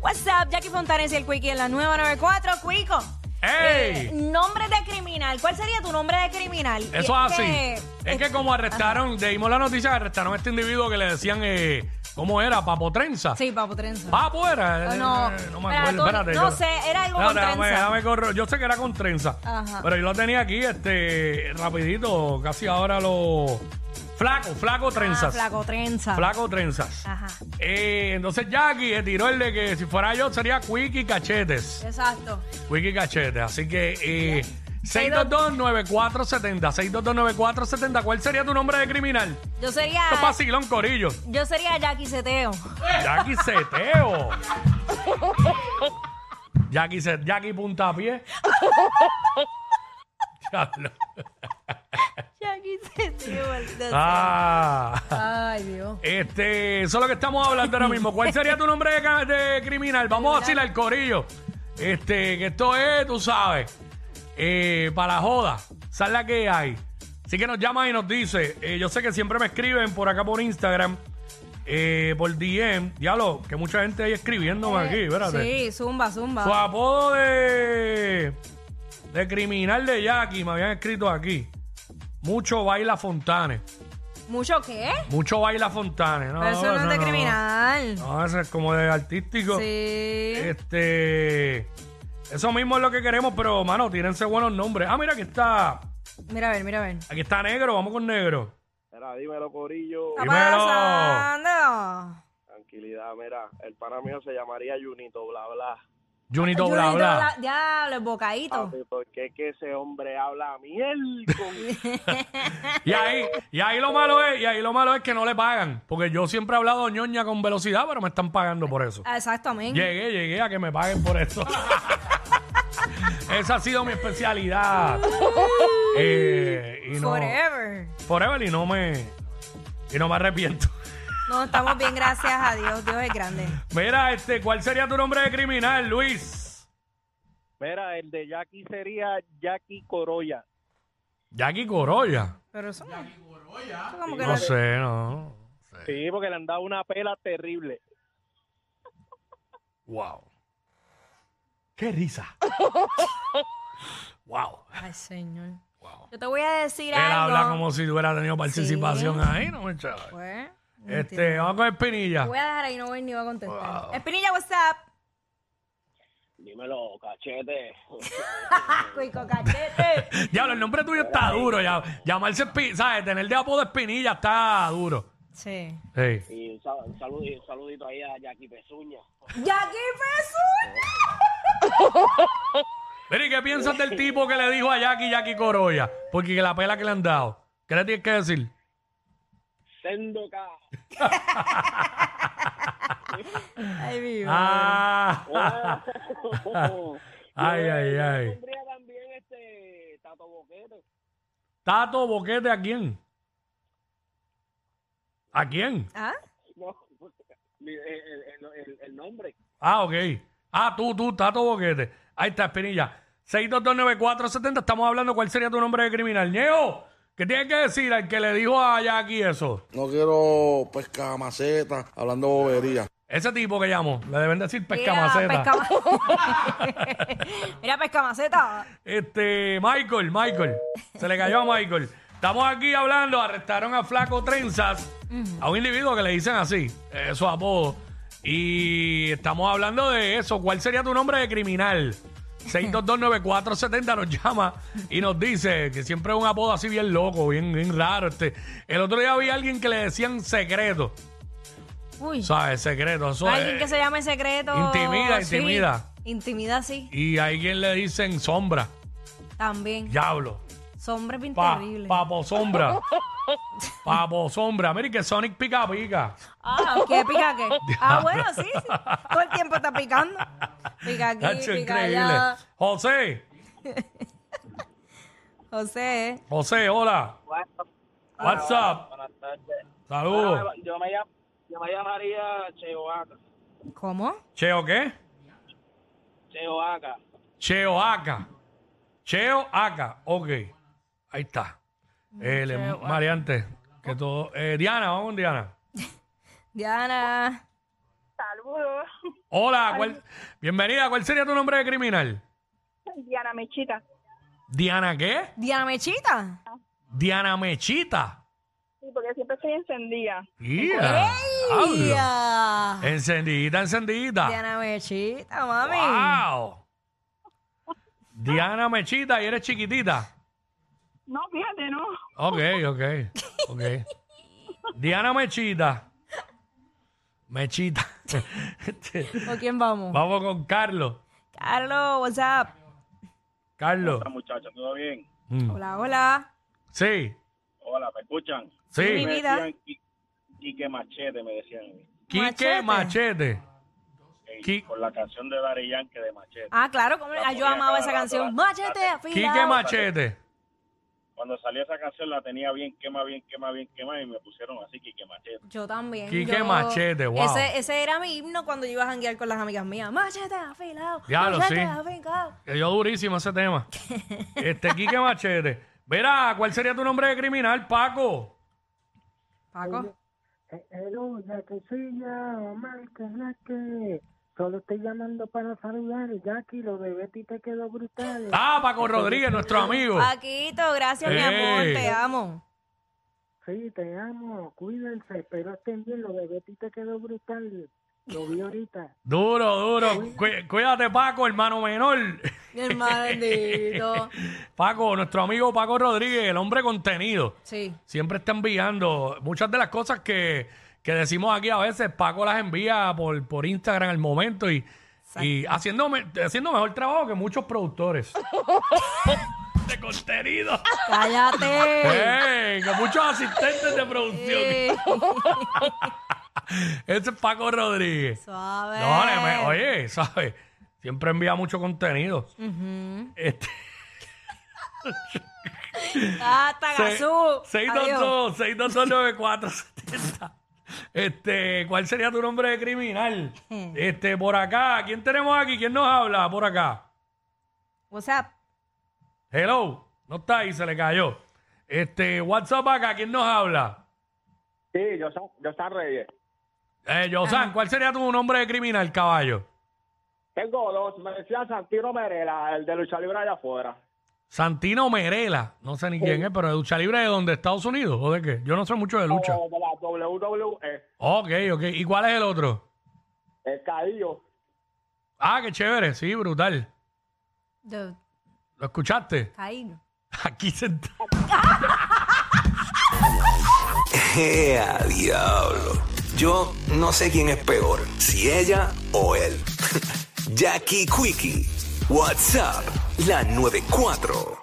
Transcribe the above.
What's up, Jackie Fontanes y el Quickie en la nueva 94. Quico, Eh, ¡Ey! nombre de criminal. ¿Cuál sería tu nombre de criminal? Y Eso es así. que- es que como arrestaron, dimos la noticia que arrestaron a este individuo que le decían, eh, ¿cómo era? Papo Trenza. Ajá. Sí, papo trenza. Papo era. Oh, eh, no. no me Era acuerdo. con- Espérate, no yo- sé, era algo con Espérate, déjame- trenza. déjame corro- Yo sé que era con trenza. Ajá. Pero yo lo tenía aquí, este, rapidito, casi ahora lo. Flaco, flaco trenzas. Ah, flaco trenza. Flaco trenzas. Ajá. Eh, entonces Jackie eh, tiró el de que si fuera yo sería Quick y Cachetes. Exacto. Wiki Cachete. Así que eh, 622-9470. 622-9470. ¿Cuál sería tu nombre de criminal? Yo sería. Esto es vacilón, Corillo. Yo sería Jackie Seteo. Jackie Seteo. Jackie, Se- Jackie Puntapié. Diablo. Jackie Seteo. el de- ah. Ay, Dios. Este, eso es lo que estamos hablando ahora mismo. ¿Cuál sería tu nombre de, ca- de criminal? Vamos a decirle al corillo. Este, que esto es, tú sabes, eh, para la joda. ¿Sabes la que hay? Así que nos llama y nos dice. eh, yo sé que siempre me escriben por acá por Instagram, eh, por DM. Diablo, que mucha gente ahí escribiéndome aquí, espérate. Eh, Sí, zumba, zumba. Su apodo de, de criminal de Jackie, me habían escrito aquí. Mucho baila Fontane. ¿Mucho qué? Mucho baila Fontane. No, Pero eso no, es de no. criminal. No, eh. eso es como de artístico. Sí. Este. Eso mismo es lo que queremos, pero, mano, tírense buenos nombres. Ah, mira, aquí está. Mira a ver, mira a ver. Aquí está negro, vamos con negro. Mira, dímelo, Corillo. ¿Qué Dímelo. pasando? Tranquilidad, mira. El pana mío se llamaría Junito, bla, bla. Junito, Yo bla, necesito bla. la- Diablo, el bocadito. Papi, ¿por qué es que ese hombre habla miel? Y ahí, y ahí lo malo es, y ahí lo malo es que no le pagan. Porque yo siempre he hablado ñoña con velocidad, pero me están pagando por eso. Ah, Exacto, amén. Llegué, llegué a que me paguen por eso. Esa ha sido mi especialidad. Eh, y no, Forever. forever y no me, y no me arrepiento. No, estamos bien, gracias a Dios. Dios es grande. Mira, este, ¿cuál sería tu nombre de criminal, Luis? Mira, el de Jackie sería Jackie Corolla. Jackie Corolla. Pero eso no. eso como que No no- sé, no. Sí, porque le han dado una pela terrible. Wow. Qué risa. wow. Ay, señor. Wow. Yo te voy a decir Él algo. habla como si hubiera tenido participación ahí, no me chaval. Pues, no Este, entiendo. vamos con Espinilla. Te Voy a dejar ahí, no voy ni voy a contestar. Wow. Espinilla, WhatsApp. Dímelo, cachete. Cuico cachete. Diablo, el nombre tuyo está duro. Ya, llamarse Espinilla, ¿sabes? Tener de apodo Espinilla está duro. Sí. Sí. Y un, sal- un saludito, un saludito ahí a Jackie Pezuña. Jackie Pesuna. Mira, ¿y qué piensas del tipo que le dijo a Jackie, Jackie Corolla? Porque la pela que le han dado. ¿Qué le tienes que decir? Sendoka. Ay, mi Ah. Ay, ay, ay. Pondría también este Tato Boquete. Tato Boquete, ¿a quién? ¿A quién? ¿Ah? No, el, el- el- el- el nombre. Ah, ok. Ah, tú, tú, Tato Boquete. Ahí está, Espinilla. 6229470, estamos hablando cuál sería tu nombre de criminal. Ñeo, ¿qué tienes que decir al que le dijo a Jackie eso? No quiero pescar maceta, hablando bobería. Ese tipo que llamó, le deben decir Mira, pescamaceta. pescama- Mira, pescamaceta. Este, Michael, Michael. Se le cayó a Michael. Estamos aquí hablando, arrestaron a Flaco Trenzas, a un individuo que le dicen así, eh, su apodo. Y estamos hablando de eso. ¿Cuál sería tu nombre de criminal? 6229470 nos llama y nos dice que siempre es un apodo así bien loco, bien, bien raro. Este. El otro día vi a alguien que le decían secreto. Uy. ¿Sabes? Secreto. Eso Alguien es- que se llama en secreto. Intimida, sí. intimida. Intimida, sí. Y a alguien le dicen sombra. También. Diablo. Son hombres bien Pa- terribles. papo sombra. papo sombra. Mira y que Sonic pica pica. Ah, ¿qué pica qué? Ah, bueno, sí, sí. Todo el tiempo está picando. Pica aquí, Nacho, pica increíble. allá. José, José, José, hola. What's up? Buenas tardes. Oh. Saludos. Yo, me llam- yo me llamaría Cheoaca. ¿cómo? ¿Cheo qué? Cheoaca. Cheo Aca. Cheo Aca. Ok. Ahí está. Mm, El em- variante. Que todo. eh, Diana, vamos con Diana. Diana. Saludos. Hola, ¿cuál- bienvenida. ¿Cuál sería tu nombre de criminal? Diana Mechita. Diana, ¿qué? Diana Mechita. Diana Mechita. Sí, porque siempre estoy encendida. Yeah. Ay, Diablo. ah. Encendidita, encendida. Diana Mechita, mami. Wow. Diana Mechita, y eres chiquitita. No, fíjate, no. Ok, ok, ok. Diana Mechita. Mechita. Este, ¿Con quién vamos? Vamos con Carlos. Carlos, what's up? Carlos. Muchachos, ¿todo bien? Mm. Hola, hola. Sí, Hola, ¿me escuchan? Sí, sí. mi- Me Mira. decían Qui- Quique Machete, me decían. a mí. Machete. Quique Machete. Ey, Qui- Con la canción de Dari Yankee de Machete. Ah, claro, como, ah, yo amaba esa canción. Machete, Quique afilado. Machete. Cuando salió esa canción la tenía bien quema, bien quema, bien quema y me pusieron así Quique Machete. Yo también. Quique yo- Machete, wow. Ese, ese era mi himno cuando yo iba a janguear con las amigas mías. Machete, afilado. Diablo, machete, sí. afilado. Que Yo durísimo ese tema. Este Quique Machete. Verá, ¿cuál sería tu nombre de criminal, Paco? Paco. El una cosilla, mal que la que solo estoy llamando para saludar, Jackie, lo de Betty te quedó brutal. Ah, Paco Rodríguez, nuestro amigo. Paquito, gracias, mi amor. Ey. Te amo. Sí, te amo, cuídense, espero estén bien, lo de Betty te quedó brutal, lo vi ahorita. Duro, duro. Cuí- Cuídate, Paco, hermano menor. Mi hermano bendito. Paco, nuestro amigo Paco Rodríguez, el hombre contenido. Sí. Siempre está enviando muchas de las cosas que, que decimos aquí a veces. Paco las envía por, por Instagram al momento y, y haciendo, me- haciendo mejor trabajo que muchos productores de contenido. Pues, Cállate. Ey, que muchos asistentes de producción. Ey. Ese es Paco Rodríguez. Suave. No, le Eh. me- oye, ¿sabes? Siempre envía mucho contenido. Este, Hasta Gazú. Adiós. 622 6229470 Este, ¿cuál sería tu nombre de criminal? Este, por acá, ¿quién tenemos aquí? ¿Quién nos habla por acá? What's up? Hello, no está ahí, se le cayó. Este, WhatsApp acá, ¿quién nos habla? Sí, yo soy, yo soy Reyes. Eh, Josan, ¿cuál sería tu nombre de criminal, caballo? Tengo dos, me decía Santino Merela, el de lucha libre allá afuera. Santino Merela, no sé ni quién es, pero de lucha libre de donde, Estados Unidos o de qué. Yo no sé mucho de lucha. O de la WWE, Ok, ok. ¿Y cuál es el otro? el Caído. Ah, qué chévere, sí, brutal. Dude, ¿Lo escuchaste? Caín. Aquí sentado. ¡Ea, diablo! Yo no sé quién es peor, si ella o él. Jackie Quickie, WhatsApp, la 94.